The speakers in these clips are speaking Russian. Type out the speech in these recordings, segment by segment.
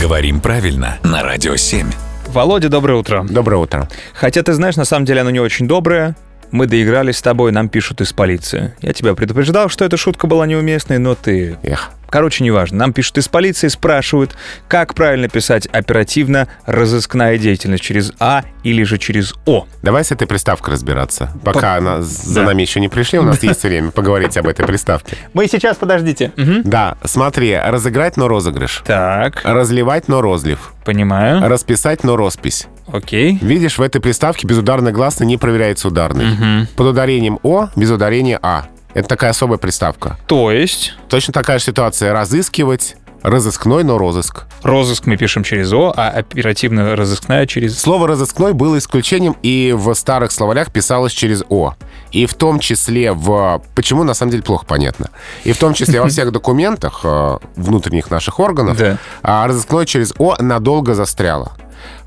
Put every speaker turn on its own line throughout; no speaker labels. Говорим правильно на Радио 7.
Володя, доброе утро.
Доброе утро.
Хотя ты знаешь, на самом деле оно не очень доброе. Мы доигрались с тобой, нам пишут из полиции. Я тебя предупреждал, что эта шутка была неуместной, но ты...
Эх.
Короче, неважно. Нам пишут из полиции, спрашивают, как правильно писать оперативно разыскная деятельность через А или же через О.
Давай с этой приставкой разбираться. Пока она за нами еще не пришли, у нас есть время поговорить об этой приставке.
Мы сейчас, подождите.
Да, смотри, разыграть, но розыгрыш.
Так,
Разливать, но розлив.
понимаю.
Расписать, но роспись.
Окей.
Видишь, в этой приставке безударный гласный не проверяется ударный. Под ударением О, без ударения А. Это такая особая приставка.
То есть
Точно такая же ситуация. Разыскивать, разыскной, но розыск.
розыск мы пишем через О, а оперативно разыскная через...
Слово «разыскной» было исключением и в старых словарях писалось через «о». И в том числе в... Почему, на самом деле, плохо понятно. И в том числе во всех документах э, внутренних наших органов
Да.
а, «разыскное» через «о» надолго застряло.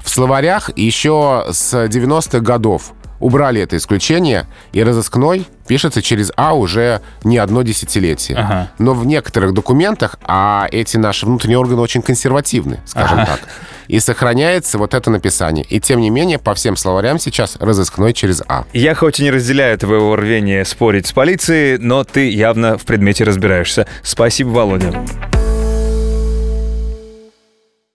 В словарях еще с 90-х годов убрали это исключение, и «разыскной» пишется через «а» уже не одно десятилетие.
Ага.
Но в некоторых документах, а эти наши внутренние органы очень консервативны, скажем так, и сохраняется вот это написание. И тем не менее, по всем словарям сейчас разыскной через «а».
Я хоть и не разделяю твоего рвения спорить с полицией, но ты явно в предмете разбираешься. Спасибо, Володя.